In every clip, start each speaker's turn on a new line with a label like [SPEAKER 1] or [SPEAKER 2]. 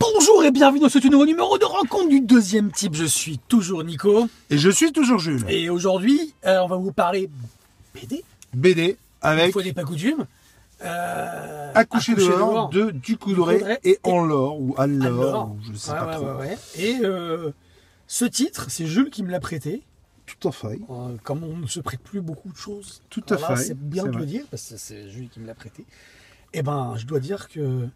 [SPEAKER 1] Bonjour et bienvenue dans ce tout nouveau numéro de rencontre du deuxième type. Je suis toujours Nico
[SPEAKER 2] Et je suis toujours Jules.
[SPEAKER 1] et aujourd'hui euh, on va vous parler BD,
[SPEAKER 2] BD
[SPEAKER 1] une
[SPEAKER 2] avec
[SPEAKER 1] fois n'est pas coutume. Euh,
[SPEAKER 2] Accouché
[SPEAKER 1] Accoucher
[SPEAKER 2] dehors de Ducoudré
[SPEAKER 1] Ducoudray
[SPEAKER 2] et
[SPEAKER 1] et-
[SPEAKER 2] En l'or ou À l'or,
[SPEAKER 1] Alors,
[SPEAKER 2] ou je sais
[SPEAKER 1] ouais,
[SPEAKER 2] pas
[SPEAKER 1] ouais,
[SPEAKER 2] trop.
[SPEAKER 1] ouais, ouais. Et euh, ce titre, c'est Jules qui me l'a prêté.
[SPEAKER 2] Tout en feuille.
[SPEAKER 1] Euh, comme on ne se prête plus beaucoup de choses,
[SPEAKER 2] Tout à
[SPEAKER 1] voilà,
[SPEAKER 2] fait,
[SPEAKER 1] C'est bien
[SPEAKER 2] c'est
[SPEAKER 1] de le
[SPEAKER 2] vrai.
[SPEAKER 1] dire parce que c'est Jules qui me l'a prêté. Et ben, je dois dire que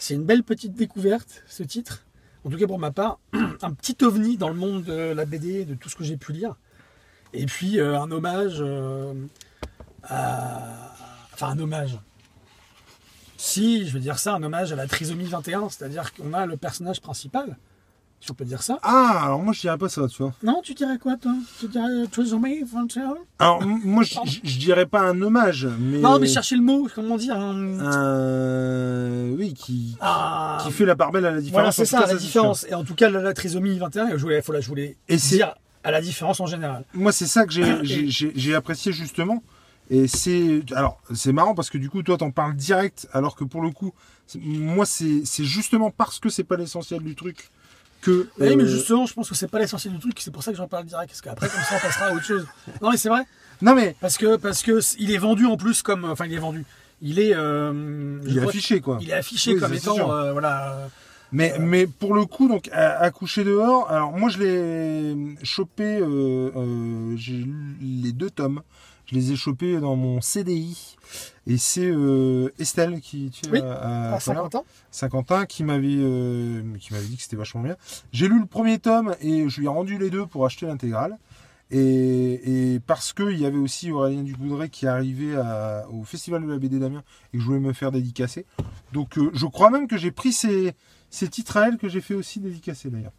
[SPEAKER 1] c'est une belle petite découverte ce titre. En tout cas pour ma part, un petit ovni dans le monde de la BD, de tout ce que j'ai pu lire. Et puis euh, un hommage euh, à... enfin un hommage. Si, je veux dire ça, un hommage à la trisomie 21, c'est-à-dire qu'on a le personnage principal, si on peut dire ça.
[SPEAKER 2] Ah, alors moi je dirais pas ça, tu vois.
[SPEAKER 1] Non, tu dirais quoi toi Tu dirais trisomie 21
[SPEAKER 2] Alors m- moi je je- je dirais pas un hommage, mais.
[SPEAKER 1] Non, mais cherchez le mot, comment dire un...
[SPEAKER 2] Un- Oui, qui,
[SPEAKER 1] Ah,
[SPEAKER 2] qui fait la part belle à la différence.
[SPEAKER 1] Voilà,
[SPEAKER 2] en
[SPEAKER 1] c'est
[SPEAKER 2] tout
[SPEAKER 1] ça,
[SPEAKER 2] cas,
[SPEAKER 1] la
[SPEAKER 2] sûr.
[SPEAKER 1] différence. Et en tout cas, la, la trisomie 21, il faut la, je voulais
[SPEAKER 2] Et c'est-
[SPEAKER 1] dire à la différence en général.
[SPEAKER 2] Moi, c'est ça que j'ai-
[SPEAKER 1] Et-
[SPEAKER 2] j'ai- j'ai j'ai apprécié justement. Et c'est. Alors, c'est marrant parce que du coup, toi, t'en parles direct, alors que pour le coup, c'est- moi, c'est c'est justement parce que c'est pas l'essentiel du truc que.
[SPEAKER 1] Oui, mais
[SPEAKER 2] euh,
[SPEAKER 1] justement, je pense que c'est pas l'essentiel du truc, c'est pour ça que j'en parle direct, parce qu'après, comme ça, on passera à autre chose. Non, mais c'est vrai,
[SPEAKER 2] Non, mais
[SPEAKER 1] parce que parce que c- il est vendu en plus comme, enfin, il est vendu. Il est, euh, je
[SPEAKER 2] il est
[SPEAKER 1] crois-
[SPEAKER 2] affiché, quoi.
[SPEAKER 1] il est affiché
[SPEAKER 2] Oui,
[SPEAKER 1] comme
[SPEAKER 2] ça, c'est sûr.
[SPEAKER 1] étant, euh, voilà.
[SPEAKER 2] Mais, mais pour le coup, donc, à, à coucher dehors, alors moi, je l'ai chopé. euh, euh, j'ai lu les deux tomes. Je les ai chopés dans mon CDI. Et c'est euh, Estelle qui. tu sais,
[SPEAKER 1] Oui, Ah,
[SPEAKER 2] à- à-
[SPEAKER 1] à 50 ans.
[SPEAKER 2] Saint-Quentin qui m'avait euh, qui m'avait dit que c'était vachement bien. J'ai lu le premier tome et je lui ai rendu les deux pour acheter l'intégrale. Et, et parce que il y avait aussi Aurélien Ducoudray qui arrivait à- au festival de la BD d'Amiens et que je voulais me faire dédicacer. Donc euh, je crois même que j'ai pris ces, ces titres à elle que j'ai fait aussi dédicacer d'ailleurs.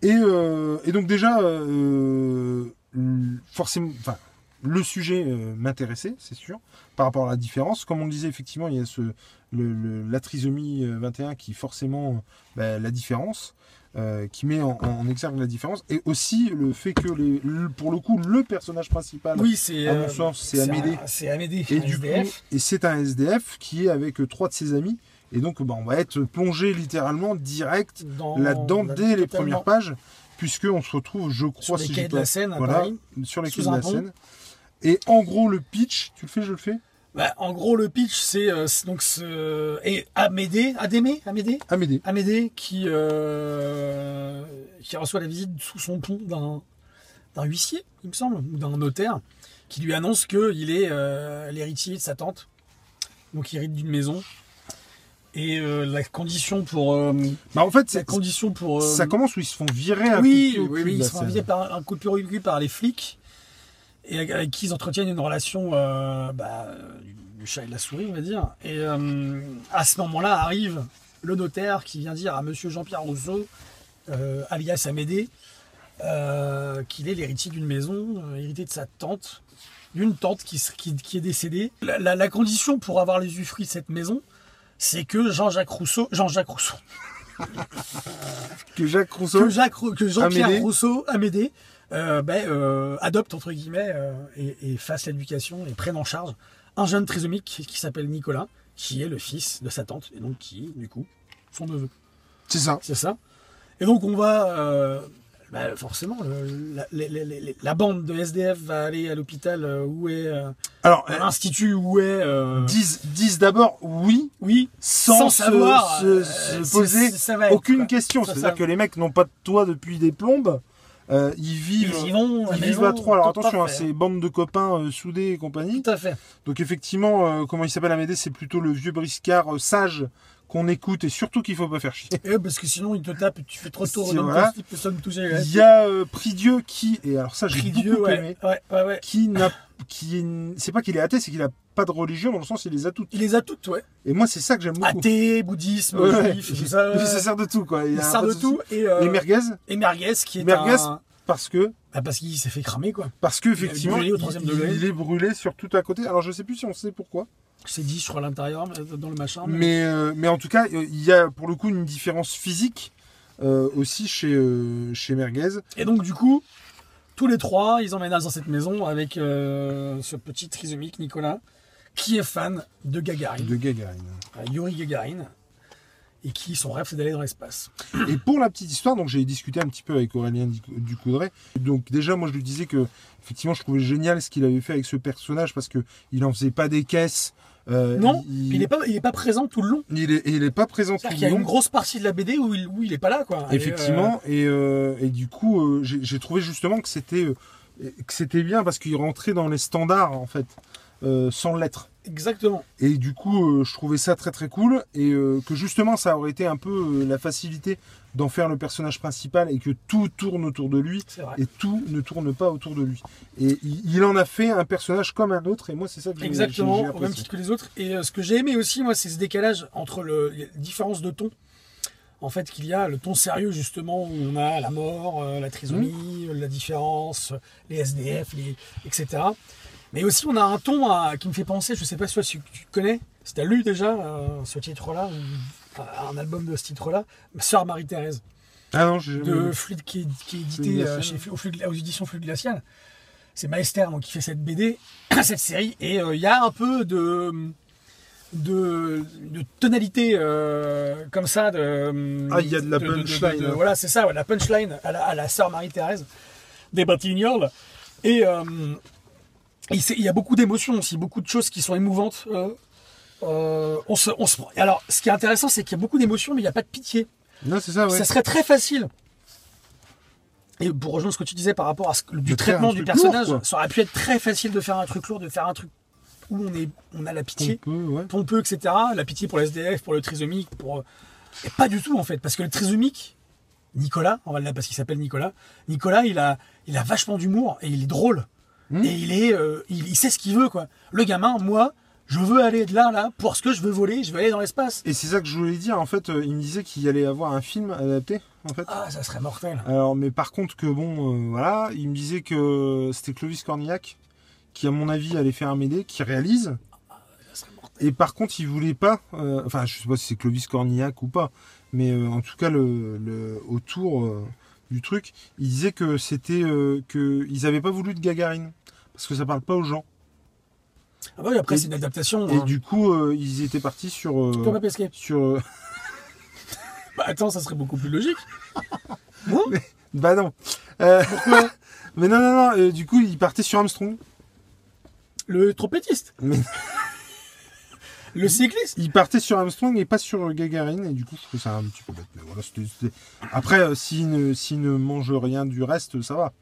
[SPEAKER 2] Et, euh, et donc déjà, euh, l- forcément, enfin, le sujet euh, m'intéressait, c'est sûr, par rapport à la différence. Comme on le disait, effectivement, il y a ce, le- le- la trisomie euh, 21 qui forcément euh, bah, la différence, euh, qui met en, en exergue la différence, et aussi le fait que les- le- pour le coup le personnage principal,
[SPEAKER 1] Oui, c'est.
[SPEAKER 2] Ah, à
[SPEAKER 1] euh,
[SPEAKER 2] mon sens, c'est Amédée,
[SPEAKER 1] un- C'est Amédée.
[SPEAKER 2] et
[SPEAKER 1] un
[SPEAKER 2] du coup,
[SPEAKER 1] SDF.
[SPEAKER 2] et c'est un SDF qui est avec euh, trois de ses amis, et donc bah, on va être plongé littéralement direct
[SPEAKER 1] Dans-
[SPEAKER 2] là-dedans
[SPEAKER 1] là-
[SPEAKER 2] dès les
[SPEAKER 1] totalement
[SPEAKER 2] premières pages, puisque on se retrouve, je
[SPEAKER 1] Sur
[SPEAKER 2] crois,
[SPEAKER 1] les
[SPEAKER 2] si
[SPEAKER 1] quais
[SPEAKER 2] j'ai
[SPEAKER 1] de
[SPEAKER 2] pas-
[SPEAKER 1] la Seine à
[SPEAKER 2] voilà,
[SPEAKER 1] Paris.
[SPEAKER 2] sur les
[SPEAKER 1] sous
[SPEAKER 2] quais de
[SPEAKER 1] un
[SPEAKER 2] la
[SPEAKER 1] pont.
[SPEAKER 2] scène. Et en gros, le pitch, tu le fais, je le fais.
[SPEAKER 1] Bah, en gros, le pitch, c'est euh, c'est donc ce... et Amédée, Adémé, Amédée,
[SPEAKER 2] Amédée.
[SPEAKER 1] Amédée qui euh, qui reçoit la visite sous son pont d'un d'un huissier, il me semble, ou d'un notaire, qui lui annonce que il est euh, l'héritier de sa tante, donc il hérite d'une maison. Et euh, la condition pour euh,
[SPEAKER 2] Bah, en fait,
[SPEAKER 1] la
[SPEAKER 2] c'est-
[SPEAKER 1] condition pour euh,
[SPEAKER 2] ça commence où ils se font virer à
[SPEAKER 1] oui,
[SPEAKER 2] coups de pied au
[SPEAKER 1] oui,
[SPEAKER 2] cul
[SPEAKER 1] oui,
[SPEAKER 2] de
[SPEAKER 1] ils
[SPEAKER 2] la
[SPEAKER 1] sont
[SPEAKER 2] scène.
[SPEAKER 1] invités par un coup de pied au cul par les flics et avec, avec qui ils entretiennent une relation euh, bah, du, du chat et de la souris, on va dire. Et euh, à ce moment-là arrive le notaire qui vient dire à Monsieur Jean-Pierre Rousseau, euh, alias Amédée, euh, qu'il est l'héritier d'une maison, euh, hérité de sa tante, d'une tante qui, se- qui- qui est décédée. La, la- la condition pour avoir les usufruits de cette maison, c'est que Jean-Jacques Rousseau, Jean-Jacques Rousseau,
[SPEAKER 2] que Jacques Rousseau.
[SPEAKER 1] que, Jacques, Rou- que Jean-Pierre
[SPEAKER 2] Amédée.
[SPEAKER 1] Rousseau, Amédée, euh, ben, euh, adopte entre guillemets euh, et, et fasse l'éducation et prenne en charge un jeune trisomique qui, qui s'appelle Nicolas, qui est le fils de sa tante et donc qui est du coup son neveu.
[SPEAKER 2] C'est ça.
[SPEAKER 1] C'est ça. Et donc on va euh, ben, forcément le- la, les- les- les- la bande de SDF va aller à l'hôpital euh, où est euh,
[SPEAKER 2] Alors,
[SPEAKER 1] à l'institut où est euh,
[SPEAKER 2] disent, disent d'abord oui,
[SPEAKER 1] oui
[SPEAKER 2] sans, se-
[SPEAKER 1] savoir
[SPEAKER 2] se,
[SPEAKER 1] euh,
[SPEAKER 2] se
[SPEAKER 1] c'est-
[SPEAKER 2] poser
[SPEAKER 1] c'est- ça va être,
[SPEAKER 2] aucune
[SPEAKER 1] quoi.
[SPEAKER 2] question.
[SPEAKER 1] Ça,
[SPEAKER 2] C'est-à-dire
[SPEAKER 1] ça-
[SPEAKER 2] que les mecs n'ont pas de toit depuis des plombes. Euh, ils vivent,
[SPEAKER 1] Ils y vont, la
[SPEAKER 2] ils
[SPEAKER 1] maison,
[SPEAKER 2] vivent à trois. Alors
[SPEAKER 1] tout
[SPEAKER 2] attention, hein,
[SPEAKER 1] parfait.
[SPEAKER 2] c'est bande de copains euh, soudés et compagnie.
[SPEAKER 1] tout à fait.
[SPEAKER 2] Donc effectivement, euh, comment il s'appelle Amédée, c'est plutôt le vieux briscard euh, sage qu'on écoute et surtout qu'il faut pas faire chier.
[SPEAKER 1] Eh, parce que sinon, il te tape, tu fais trop de tours,
[SPEAKER 2] Si,
[SPEAKER 1] donc
[SPEAKER 2] voilà.
[SPEAKER 1] tu peux ça me toucher.
[SPEAKER 2] Il y a euh, Pridieu qui et alors ça j'ai
[SPEAKER 1] Prie
[SPEAKER 2] beaucoup
[SPEAKER 1] Dieu, ouais.
[SPEAKER 2] aimé,
[SPEAKER 1] ouais, ouais, ouais.
[SPEAKER 2] qui n'a, qui est- c'est pas qu'il est athée, c'est qu'il a pas de religion dans le sens il les a toutes.
[SPEAKER 1] Il les a toutes, ouais.
[SPEAKER 2] Et moi c'est ça que j'aime beaucoup.
[SPEAKER 1] Athée, bouddhisme,
[SPEAKER 2] Ouais, ouais.
[SPEAKER 1] juif, tout ça.
[SPEAKER 2] Il se sert de tout, quoi. Il y
[SPEAKER 1] Il
[SPEAKER 2] a un
[SPEAKER 1] sert
[SPEAKER 2] pas
[SPEAKER 1] de
[SPEAKER 2] souci.
[SPEAKER 1] tout. Et, euh,
[SPEAKER 2] Et merguez,
[SPEAKER 1] et Merguez, qui est
[SPEAKER 2] Merguez.
[SPEAKER 1] un...
[SPEAKER 2] parce que,
[SPEAKER 1] Bah, parce qu'il s'est fait cramer, quoi.
[SPEAKER 2] parce que, effectivement,
[SPEAKER 1] brûlé
[SPEAKER 2] il,
[SPEAKER 1] au troisième degré.
[SPEAKER 2] il est brûlé sur tout à côté. Alors, je sais plus si on sait pourquoi.
[SPEAKER 1] C'est dit, je crois, à l'intérieur, dans le machin. mais-
[SPEAKER 2] Mais, euh, mais en tout cas, euh, il y a pour le coup une différence physique euh, aussi chez, euh, chez Merguez.
[SPEAKER 1] Et donc, du coup, tous les trois, ils emménagent dans cette maison avec euh, ce petit trisomique, Nicolas, qui est fan de Gagarine,
[SPEAKER 2] De Gagarine.
[SPEAKER 1] euh, Yuri Gagarine. et qui son rêve c'est d'aller dans l'espace.
[SPEAKER 2] Et pour la petite histoire, donc j'ai discuté un petit peu avec Aurélien Dic- Ducoudray. Donc déjà, moi je lui disais que effectivement, je trouvais génial ce qu'il avait fait avec ce personnage parce que il en faisait pas des caisses. euh,
[SPEAKER 1] Non,
[SPEAKER 2] il,
[SPEAKER 1] Il n'est pas, il est pas présent tout le long.
[SPEAKER 2] il est, il est pas présent tout
[SPEAKER 1] C'est-à-dire qu'il y
[SPEAKER 2] le
[SPEAKER 1] a une
[SPEAKER 2] long.
[SPEAKER 1] grosse partie de la BD où il, où il est pas là, quoi. Et,
[SPEAKER 2] Effectivement, et, euh, et du coup, euh, j'ai j'ai trouvé justement que c'était euh, que c'était bien parce qu'il rentrait dans les standards en fait, euh, sans l'être.
[SPEAKER 1] euh, exactement.
[SPEAKER 2] Et du coup, euh, je trouvais ça très très cool et euh, que justement, ça aurait été un peu euh, la facilité d'en faire le personnage principal et que tout tourne autour de lui
[SPEAKER 1] C'est vrai.
[SPEAKER 2] et tout ne tourne pas autour de lui. Et il, il en a fait un personnage comme un autre et moi, c'est ça que j'ai- j'ai-
[SPEAKER 1] Exactement,
[SPEAKER 2] j'ai
[SPEAKER 1] au même
[SPEAKER 2] apprécié.
[SPEAKER 1] titre que les autres. Et euh, ce que j'ai aimé aussi, moi, c'est ce décalage entre le, les différences de ton. En fait, qu'il y a le ton sérieux, justement, où on a la mort, euh, la
[SPEAKER 2] Mmh.
[SPEAKER 1] trisomie, euh, la différence, euh, les SDF, les, etc. Mais aussi, on a un ton à- qui me fait penser, je sais pas si toi, si tu connais, si tu as lu déjà euh, ce titre-là, ou, euh, un album de ce titre-là, Sœur Marie-Thérèse.
[SPEAKER 2] Ah non, j'ai jamais
[SPEAKER 1] de
[SPEAKER 2] vu.
[SPEAKER 1] Fluide qui est, qui est
[SPEAKER 2] Fluide
[SPEAKER 1] édité
[SPEAKER 2] Glacial.
[SPEAKER 1] euh, chez, Flu- au Fluide- aux éditions Fluide Glacial. C'est Maester donc, qui fait cette BD, cette série, et euh, il y a un peu de, de, de tonalité euh, comme ça. De,
[SPEAKER 2] Ah, il y a de la punchline, hein.
[SPEAKER 1] voilà, c'est ça, ouais, la punchline à la, à la sœur Marie-Thérèse des Batignolles. Et euh, il s'est- il y a beaucoup d'émotions aussi, beaucoup de choses qui sont émouvantes. euh, euh, on se, on se... prend- Alors, ce qui est intéressant, c'est qu'il y a beaucoup d'émotions, mais il n'y a pas de pitié.
[SPEAKER 2] Non, c'est ça, ouais.
[SPEAKER 1] Ça serait très facile. Et pour rejoindre ce que tu disais par rapport à ce, du
[SPEAKER 2] faire un
[SPEAKER 1] traitement du
[SPEAKER 2] truc
[SPEAKER 1] personnage,
[SPEAKER 2] lourd, quoi.
[SPEAKER 1] ça aurait pu être très facile de faire un truc lourd, de faire un truc où on, est, on a la pitié,
[SPEAKER 2] Pompeux, ouais.
[SPEAKER 1] pompeux, etc. La pitié pour le SDF, pour le trisomique, pour. Et pas du tout en fait, parce que le trisomique, Nicolas, on va l'appeler parce qu'il s'appelle Nicolas, Nicolas, il a, il a vachement d'humour et il est drôle.
[SPEAKER 2] Mhm.
[SPEAKER 1] Et il est, euh, il, il sait ce qu'il veut quoi. Le gamin, moi, je veux aller de là à là pour ce que je veux voler, je veux aller dans l'espace.
[SPEAKER 2] Et c'est ça que je voulais dire. En fait, euh, il me disait qu'il y allait avoir un film adapté, en fait.
[SPEAKER 1] Ah, ça serait mortel.
[SPEAKER 2] Alors, mais par contre, que bon, euh, voilà, il me disait que c'était Clovis Cornillac qui, à mon avis, allait faire un médé, qui réalise.
[SPEAKER 1] Ça serait mortel.
[SPEAKER 2] Et par contre, il voulait pas, euh, enfin, je sais pas si c'est Clovis Cornillac ou pas, mais euh, en tout cas, le, le- autour euh, du truc, il disait que c'était euh, que ils avaient pas voulu de Gagarine parce que ça parle pas aux gens.
[SPEAKER 1] Ah bah oui, après
[SPEAKER 2] Et-
[SPEAKER 1] c'est une adaptation.
[SPEAKER 2] Et
[SPEAKER 1] hein.
[SPEAKER 2] du coup, euh, ils étaient partis sur euh,
[SPEAKER 1] Thomas Pesquet.
[SPEAKER 2] sur
[SPEAKER 1] Bah attends, ça serait beaucoup plus logique.
[SPEAKER 2] Bah non. Euh, mais non, non, non. euh, du coup, il partait sur Armstrong.
[SPEAKER 1] Le trompettiste.
[SPEAKER 2] Mais-
[SPEAKER 1] le cycliste.
[SPEAKER 2] Il partait sur Armstrong et pas sur euh, Gagarine. Et du coup, je trouve ça un petit peu bête. Mais voilà, c'était- c'était- Après, euh, s'il ne, s'il ne mange rien du reste, ça va.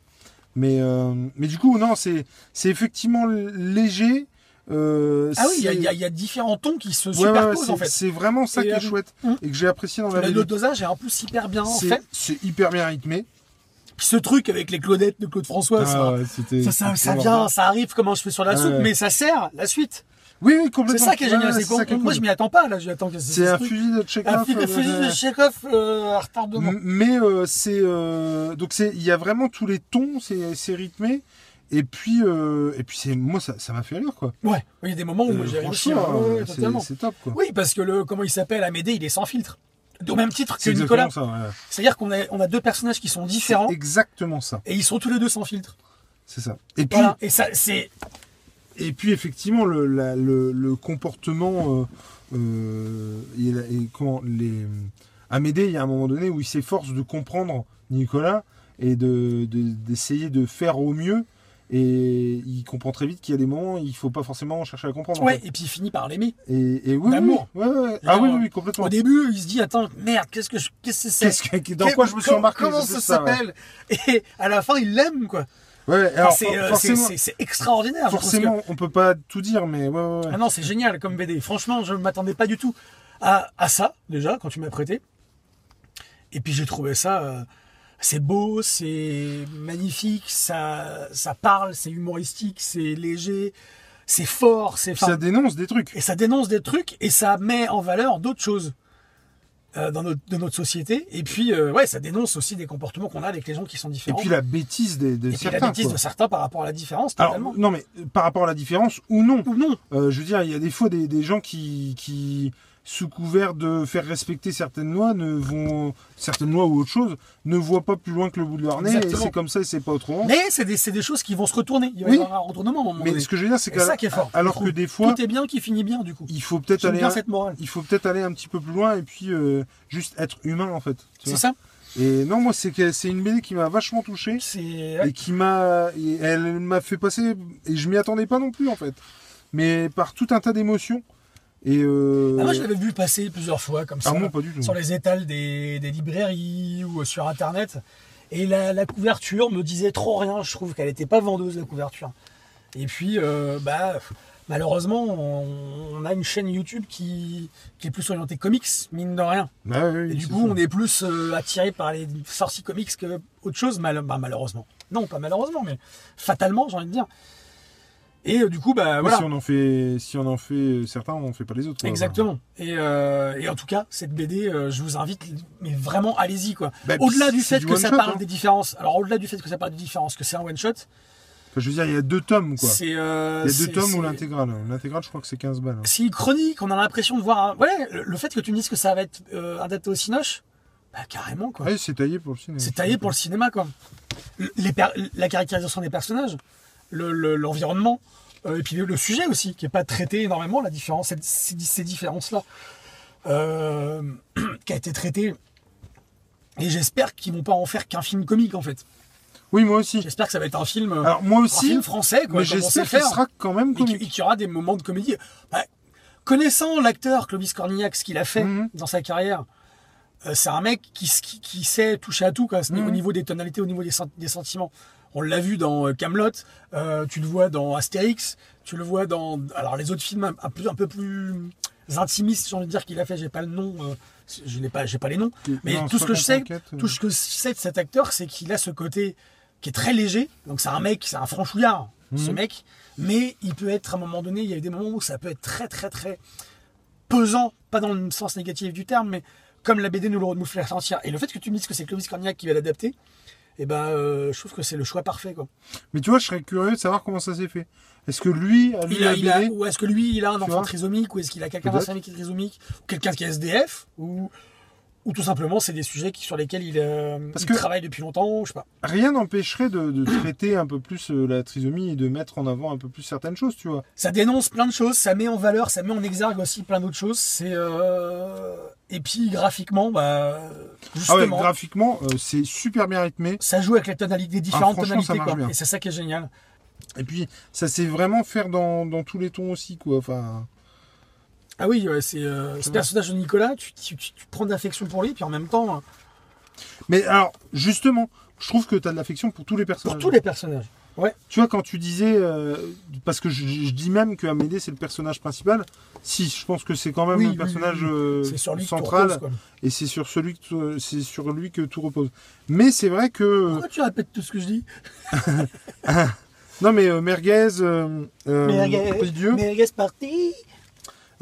[SPEAKER 2] Mais, euh, mais du coup, non, c'est c'est effectivement léger. euh,
[SPEAKER 1] Ah oui, il y a-
[SPEAKER 2] c'est-
[SPEAKER 1] il y, a- il y a différents tons qui se
[SPEAKER 2] Ouais, ouais, ouais,
[SPEAKER 1] superposent
[SPEAKER 2] c'est-
[SPEAKER 1] en fait.
[SPEAKER 2] C'est vraiment ça
[SPEAKER 1] Et,
[SPEAKER 2] qui est
[SPEAKER 1] euh,
[SPEAKER 2] chouette
[SPEAKER 1] hum.
[SPEAKER 2] et que j'ai apprécié dans la
[SPEAKER 1] Le,
[SPEAKER 2] vidéo.
[SPEAKER 1] le dosage est un peu hyper bien en
[SPEAKER 2] C'est
[SPEAKER 1] fait.
[SPEAKER 2] c'est hyper bien rythmé.
[SPEAKER 1] Puis ce truc avec les Claudettes de Claude François, ça,
[SPEAKER 2] Ah, ouais, c'était-
[SPEAKER 1] ça, ça, ça
[SPEAKER 2] c'était
[SPEAKER 1] vient,
[SPEAKER 2] marrant.
[SPEAKER 1] ça arrive comme un cheveu sur la
[SPEAKER 2] Ah
[SPEAKER 1] soupe,
[SPEAKER 2] ouais.
[SPEAKER 1] mais ça sert la suite.
[SPEAKER 2] Oui, oui,
[SPEAKER 1] C'est
[SPEAKER 2] complètement.
[SPEAKER 1] ça qui est génial.
[SPEAKER 2] Ouais, ouais,
[SPEAKER 1] c'est
[SPEAKER 2] c'est
[SPEAKER 1] qu'on-
[SPEAKER 2] ça qui est
[SPEAKER 1] moi
[SPEAKER 2] cool.
[SPEAKER 1] je m'y attends pas là, j'attends que ce-
[SPEAKER 2] C'est
[SPEAKER 1] ce
[SPEAKER 2] un
[SPEAKER 1] truc-
[SPEAKER 2] fusil de check
[SPEAKER 1] un fusil- fusil de Chekhov euh, à retardement.
[SPEAKER 2] M- Mais euh, c'est euh, donc c'est il y a vraiment tous les tons, c'est c'est rythmé et puis euh, et puis c'est moi ça ça m'a fait rire quoi.
[SPEAKER 1] Ouais, il y a des moments où
[SPEAKER 2] Euh,
[SPEAKER 1] Oh, moi j'ai réussi.
[SPEAKER 2] franchement,
[SPEAKER 1] hein. ouais, ouais,
[SPEAKER 2] euh, c'est-
[SPEAKER 1] totalement.
[SPEAKER 2] c'est top quoi.
[SPEAKER 1] Oui, parce que le comment il s'appelle Amédée, il est sans filtre. Au même titre que
[SPEAKER 2] C'est
[SPEAKER 1] Nicolas.
[SPEAKER 2] exactement ça. ouais.
[SPEAKER 1] C'est-à-dire qu'on a, on a deux personnages qui sont différents
[SPEAKER 2] C'est exactement ça.
[SPEAKER 1] et ils sont tous les deux sans filtre.
[SPEAKER 2] C'est ça. Et puis
[SPEAKER 1] Voilà. Et ça, c'est
[SPEAKER 2] et puis effectivement le la- le, le comportement euh, euh, et, la- et comment les Amédée il y a un moment donné où il s'efforce de comprendre Nicolas et de de- d'essayer de, faire au mieux. Et il comprend très vite qu'il y a des moments, il faut pas forcément chercher à comprendre. en
[SPEAKER 1] ouais.
[SPEAKER 2] fait.
[SPEAKER 1] Et puis il finit par l'aimer.
[SPEAKER 2] Et, et oui,
[SPEAKER 1] D'amour.
[SPEAKER 2] oui, oui. Ouais, ouais. Ah oui, oui, oui,
[SPEAKER 1] Au
[SPEAKER 2] complètement.
[SPEAKER 1] début, il se dit attends, merde, qu'est-ce que je, qu'est-ce que c'est
[SPEAKER 2] Qu'est-ce que- dans quoi je me suis remarqué
[SPEAKER 1] Comment
[SPEAKER 2] c'est
[SPEAKER 1] ça
[SPEAKER 2] ouais.
[SPEAKER 1] s'appelle Et à la fin, il l'aime quoi.
[SPEAKER 2] Ouais, ouais,
[SPEAKER 1] Enfin,
[SPEAKER 2] alors
[SPEAKER 1] c'est, euh, c'est-
[SPEAKER 2] forcément,
[SPEAKER 1] c'est- c'est extraordinaire. je trouve, parce que-
[SPEAKER 2] forcément on peut pas tout dire, mais ouais, ouais, ouais.
[SPEAKER 1] Ah non, c'est génial comme BD. Franchement, je ne m'attendais pas du tout à, à ça, déjà, quand tu m'as prêté. Et puis j'ai trouvé ça. euh, c'est beau, c'est magnifique, ça, ça parle, c'est humoristique, c'est léger, c'est fort, c'est.
[SPEAKER 2] ça
[SPEAKER 1] enfin,
[SPEAKER 2] dénonce des trucs.
[SPEAKER 1] Et ça dénonce des trucs et ça met en valeur d'autres choses euh, dans notre, de notre société. Et puis, euh, ouais, ça dénonce aussi des comportements qu'on a avec les gens qui sont
[SPEAKER 2] Et
[SPEAKER 1] différents.
[SPEAKER 2] puis la bêtise des, de
[SPEAKER 1] Et puis la
[SPEAKER 2] certains.
[SPEAKER 1] bêtise
[SPEAKER 2] quoi.
[SPEAKER 1] de certains par rapport à la différence,
[SPEAKER 2] Alors,
[SPEAKER 1] totalement.
[SPEAKER 2] non, mais euh, par rapport à la différence, ou non.
[SPEAKER 1] Ou non,
[SPEAKER 2] Euh, je veux dire, il y a des fois des, des gens qui, qui sous couvert de faire respecter certaines lois, ne vont, certaines lois ou autre chose, ne voient pas plus loin que le bout de leur nez. Et
[SPEAKER 1] Exactement.
[SPEAKER 2] c'est comme ça et c'est pas autrement.
[SPEAKER 1] Mais c'est des, c'est des choses qui vont se retourner. Il va
[SPEAKER 2] Oui.
[SPEAKER 1] y avoir un retournement à un moment
[SPEAKER 2] Mais
[SPEAKER 1] donné.
[SPEAKER 2] ce que je veux dire, c'est
[SPEAKER 1] Et ça qui est
[SPEAKER 2] que
[SPEAKER 1] fort, je
[SPEAKER 2] alors que
[SPEAKER 1] trouve.
[SPEAKER 2] des fois,
[SPEAKER 1] Tout est bien qui finit bien, du coup.
[SPEAKER 2] il faut peut-être
[SPEAKER 1] J'aime
[SPEAKER 2] aller,
[SPEAKER 1] bien
[SPEAKER 2] un,
[SPEAKER 1] cette morale.
[SPEAKER 2] il faut peut-être aller un petit peu plus loin et puis euh, juste être humain en fait. tu
[SPEAKER 1] C'est
[SPEAKER 2] vois.
[SPEAKER 1] ça
[SPEAKER 2] Et non, moi, c'est que c'est une BD qui m'a vachement touché
[SPEAKER 1] C'est.
[SPEAKER 2] et qui m'a, et elle m'a fait passer et je m'y attendais pas non plus en fait, mais par tout un tas d'émotions. Et euh,
[SPEAKER 1] Ah, moi, je l'avais vu passer plusieurs fois, comme ça,
[SPEAKER 2] ah, moi, pas du tout.
[SPEAKER 1] sur les étals des, des librairies ou euh, sur Internet. Et la, la couverture me disait trop rien. Je trouve qu'elle n'était pas vendeuse, la couverture. Et puis, euh, bah, malheureusement, on, on a une chaîne YouTube qui, qui est plus orientée comics, mine de rien.
[SPEAKER 2] Ah, oui, oui,
[SPEAKER 1] Et du
[SPEAKER 2] c'est
[SPEAKER 1] coup,
[SPEAKER 2] ça.
[SPEAKER 1] on est plus euh, attiré par les sorties comics que autre chose, mal- bah, malheureusement. Non, pas malheureusement, mais fatalement, j'ai envie de dire. Et euh, du coup, bah
[SPEAKER 2] Oui,
[SPEAKER 1] voilà.
[SPEAKER 2] Si on en fait, si on en fait euh, certains, on en fait pas les autres. quoi.
[SPEAKER 1] Exactement. Et, euh, et en tout cas, cette BD, euh, je vous invite, mais vraiment, allez-y quoi.
[SPEAKER 2] Bah,
[SPEAKER 1] au-delà
[SPEAKER 2] puis
[SPEAKER 1] du
[SPEAKER 2] c'est
[SPEAKER 1] fait que ça
[SPEAKER 2] one-shot,
[SPEAKER 1] parle
[SPEAKER 2] hein.
[SPEAKER 1] des différences, alors au-delà du fait que ça parle des différences, que c'est un one shot,
[SPEAKER 2] Enfin, je veux dire, il y a deux tomes quoi.
[SPEAKER 1] c'est. euh,
[SPEAKER 2] Il y a
[SPEAKER 1] c'est-
[SPEAKER 2] deux tomes
[SPEAKER 1] c'est-
[SPEAKER 2] ou l'intégrale. L'intégrale, je crois que c'est 15 balles. hein.
[SPEAKER 1] C'est une chronique, on a l'impression de voir. un- Ouais, le, le fait que tu me dises que ça va être euh, adapté au Cinoche, bah carrément quoi.
[SPEAKER 2] Ah, oui, c'est taillé pour le cinéma.
[SPEAKER 1] C'est taillé pour le cinéma, quoi. Les per- la caractérisation des personnages, le- le- l'environnement, euh, et puis le, le sujet aussi, qui n'est pas traité énormément, la différence, cette- ces, ces différences-là, euh, qui a été traité. Et j'espère qu'ils vont pas en faire qu'un film comique, en fait.
[SPEAKER 2] Oui, moi aussi.
[SPEAKER 1] J'espère que ça va être un film, euh,
[SPEAKER 2] Alors moi
[SPEAKER 1] un
[SPEAKER 2] aussi,
[SPEAKER 1] film français, quoi,
[SPEAKER 2] mais
[SPEAKER 1] comme on sait
[SPEAKER 2] j'espère qu'il
[SPEAKER 1] faire,
[SPEAKER 2] sera quand même
[SPEAKER 1] hein. et qu'il-
[SPEAKER 2] comique.
[SPEAKER 1] et qu'il y aura des moments de comédie. Bah, connaissant l'acteur Clovis Cornillac, ce qu'il a fait
[SPEAKER 2] Mhm.
[SPEAKER 1] dans sa carrière, euh, c'est un mec qui, s- qui, qui sait toucher à tout, quoi, ce- au
[SPEAKER 2] Mhm.
[SPEAKER 1] niveau des tonalités, au niveau des, sen- des sentiments. On l'a vu dans euh, Camelot, euh, tu le vois dans Astérix, tu le vois dans alors les autres films un, un peu, un peu plus intimistes, j'ai envie de dire qu'il a fait, j'ai pas le nom, euh, je n'ai pas, j'ai pas les noms, mais
[SPEAKER 2] Non,
[SPEAKER 1] tout ce que je sais,
[SPEAKER 2] 64, euh,
[SPEAKER 1] tout ce que je sais de cet acteur, c'est qu'il a ce côté qui est très léger. Donc c'est un mec, c'est un franchouillard, ce
[SPEAKER 2] Mhm.
[SPEAKER 1] mec. Mais il peut être à un moment donné, il y a eu des moments où ça peut être très très très pesant, pas dans le sens négatif du terme, mais comme la BD nous le nous fait ressentir. Et le fait que tu me dises que c'est Clovis Cornillac qui va l'adapter, eh ben euh, je trouve que c'est le choix parfait. Quoi.
[SPEAKER 2] Mais tu vois, je serais curieux de savoir comment ça s'est fait. Est-ce que lui a lu
[SPEAKER 1] Il a-
[SPEAKER 2] la
[SPEAKER 1] il a-
[SPEAKER 2] BD
[SPEAKER 1] ou est-ce que lui, il a un
[SPEAKER 2] Tu
[SPEAKER 1] enfant
[SPEAKER 2] vois
[SPEAKER 1] trisomique, ou est-ce qu'il a quelqu'un dans sa famille qui est trisomique, ou quelqu'un qui est SDF, ou, ou tout simplement c'est des sujets qui, sur lesquels il, euh,
[SPEAKER 2] Parce
[SPEAKER 1] il
[SPEAKER 2] que-
[SPEAKER 1] travaille depuis longtemps, je sais pas.
[SPEAKER 2] Rien n'empêcherait de, de traiter un peu plus euh, la trisomie et de mettre en avant un peu plus certaines choses, tu vois.
[SPEAKER 1] ça dénonce plein de choses, ça met en valeur, ça met en exergue aussi plein d'autres choses. C'est euh, et puis graphiquement, bah
[SPEAKER 2] Ah ouais,
[SPEAKER 1] justement,
[SPEAKER 2] graphiquement, euh, c'est super bien rythmé.
[SPEAKER 1] ça joue avec les tonalités, les différentes
[SPEAKER 2] Ah, franchement, ça
[SPEAKER 1] tonalités, quoi.
[SPEAKER 2] marche bien.
[SPEAKER 1] Et c'est ça qui est génial.
[SPEAKER 2] Et puis, ça sait vraiment faire dans, dans tous les tons aussi, quoi. Enfin,
[SPEAKER 1] Ah oui, ouais, c'est euh, ce personnage de Nicolas, tu, tu, tu- tu prends de l'affection pour lui, puis en même temps hein,
[SPEAKER 2] mais alors, justement, je trouve que tu as de l'affection pour tous les
[SPEAKER 1] pour
[SPEAKER 2] personnages.
[SPEAKER 1] tous les personnages.
[SPEAKER 2] Tu vois, quand tu disais, euh, parce que je, je dis même que Amédée c'est le personnage principal. Si, je pense que c'est quand même
[SPEAKER 1] Oui,
[SPEAKER 2] le
[SPEAKER 1] oui,
[SPEAKER 2] personnage
[SPEAKER 1] oui, oui.
[SPEAKER 2] euh,
[SPEAKER 1] C'est sur lui que tu
[SPEAKER 2] central.
[SPEAKER 1] reposes, quoi.
[SPEAKER 2] et c'est sur celui que tout- c'est sur lui que tout repose. Mais c'est vrai que euh,
[SPEAKER 1] Pourquoi tu répètes tout ce que je dis
[SPEAKER 2] non mais euh, merguez, euh, euh, Prix Dieu,
[SPEAKER 1] Mais reste parti.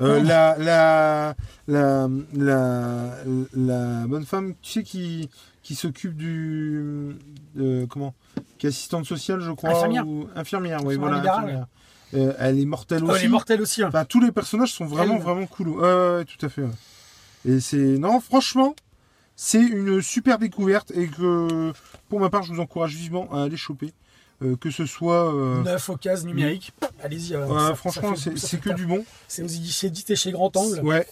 [SPEAKER 2] euh, la, la, la la la bonne femme, tu sais qui qui s'occupe du euh, comment, qui est assistante sociale je crois
[SPEAKER 1] Infirmière.
[SPEAKER 2] ou infirmière, oui
[SPEAKER 1] Sur
[SPEAKER 2] voilà
[SPEAKER 1] la libérale.
[SPEAKER 2] infirmière. Euh, elle est mortelle
[SPEAKER 1] Oh,
[SPEAKER 2] aussi.
[SPEAKER 1] elle est mortelle aussi. hein.
[SPEAKER 2] Enfin, tous les personnages sont vraiment,
[SPEAKER 1] Elle.
[SPEAKER 2] vraiment cool. Ouais, ouais, ouais, tout à fait. ouais. Et c'est. Non, franchement, c'est une super découverte et que, pour ma part, je vous encourage vivement à aller choper. Euh, que ce soit. euh,
[SPEAKER 1] Neuf aux cases numériques. Allez-y. euh,
[SPEAKER 2] ouais,
[SPEAKER 1] ça- ça
[SPEAKER 2] franchement,
[SPEAKER 1] fait-
[SPEAKER 2] c'est
[SPEAKER 1] ça
[SPEAKER 2] c'est
[SPEAKER 1] fait
[SPEAKER 2] que
[SPEAKER 1] taf.
[SPEAKER 2] du bon.
[SPEAKER 1] C'est aux édi- c'est édité chez Grand Angle.
[SPEAKER 2] Ouais.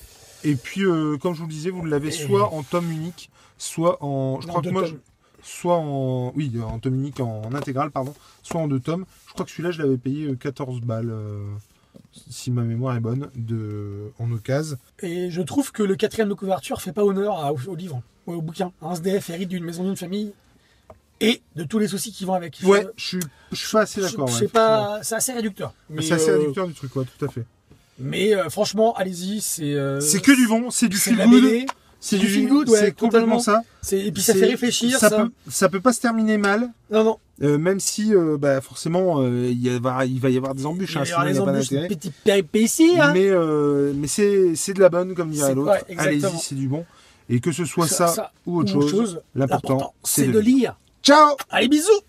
[SPEAKER 2] Et puis, euh, comme je vous le disais, vous l'avez
[SPEAKER 1] Et-
[SPEAKER 2] soit en tome unique, soit en. Je
[SPEAKER 1] En
[SPEAKER 2] crois que
[SPEAKER 1] deux
[SPEAKER 2] moi.
[SPEAKER 1] tomes.
[SPEAKER 2] je- Soit en. Oui, en tome unique, en, en intégrale, pardon. Soit en deux tomes. Je crois que celui-là, je l'avais payé euh, 14 balles. euh, si ma mémoire est bonne, de, en occasion.
[SPEAKER 1] Et je trouve que le quatrième de couverture fait pas honneur à- au, au livre, ou au bouquin. Un SDF hérite d'une maison d'une famille et de tous les soucis qui vont avec. Je-
[SPEAKER 2] Ouais, je suis, je suis pas assez
[SPEAKER 1] je,
[SPEAKER 2] d'accord.
[SPEAKER 1] je
[SPEAKER 2] ouais,
[SPEAKER 1] sais pas, c'est assez réducteur.
[SPEAKER 2] effectivement.
[SPEAKER 1] Mais,
[SPEAKER 2] C'est assez
[SPEAKER 1] euh,
[SPEAKER 2] réducteur du truc, ouais, tout à fait.
[SPEAKER 1] mais, euh, franchement, allez-y, c'est. euh,
[SPEAKER 2] c'est que du bon, c'est du
[SPEAKER 1] c'est de
[SPEAKER 2] feel
[SPEAKER 1] la
[SPEAKER 2] good.
[SPEAKER 1] BD.
[SPEAKER 2] C'est
[SPEAKER 1] du feel good, ouais,
[SPEAKER 2] c'est complètement
[SPEAKER 1] totalement.
[SPEAKER 2] ça.
[SPEAKER 1] c'est- Et puis ça
[SPEAKER 2] C'est-
[SPEAKER 1] fait réfléchir.
[SPEAKER 2] Ça,
[SPEAKER 1] Ça
[SPEAKER 2] Peut, ça peut pas se terminer mal,
[SPEAKER 1] Non, non.
[SPEAKER 2] euh, même si euh, bah, forcément euh, il, y a- il va y avoir des
[SPEAKER 1] Il
[SPEAKER 2] embûches,
[SPEAKER 1] y
[SPEAKER 2] hein, sinon
[SPEAKER 1] aura
[SPEAKER 2] il n'y
[SPEAKER 1] les
[SPEAKER 2] a pas
[SPEAKER 1] embûches,
[SPEAKER 2] d'intérêt.
[SPEAKER 1] petites péripéties. hein.
[SPEAKER 2] Mais, euh, mais c'est c'est de la bonne, comme dirait
[SPEAKER 1] C'est-
[SPEAKER 2] l'autre.
[SPEAKER 1] ouais, exactement.
[SPEAKER 2] Allez-y, c'est du bon. Et que ce soit
[SPEAKER 1] Ça-
[SPEAKER 2] ça,
[SPEAKER 1] ça
[SPEAKER 2] ou autre chose, l'important, c'est de
[SPEAKER 1] lire.
[SPEAKER 2] Ciao
[SPEAKER 1] Allez, bisous!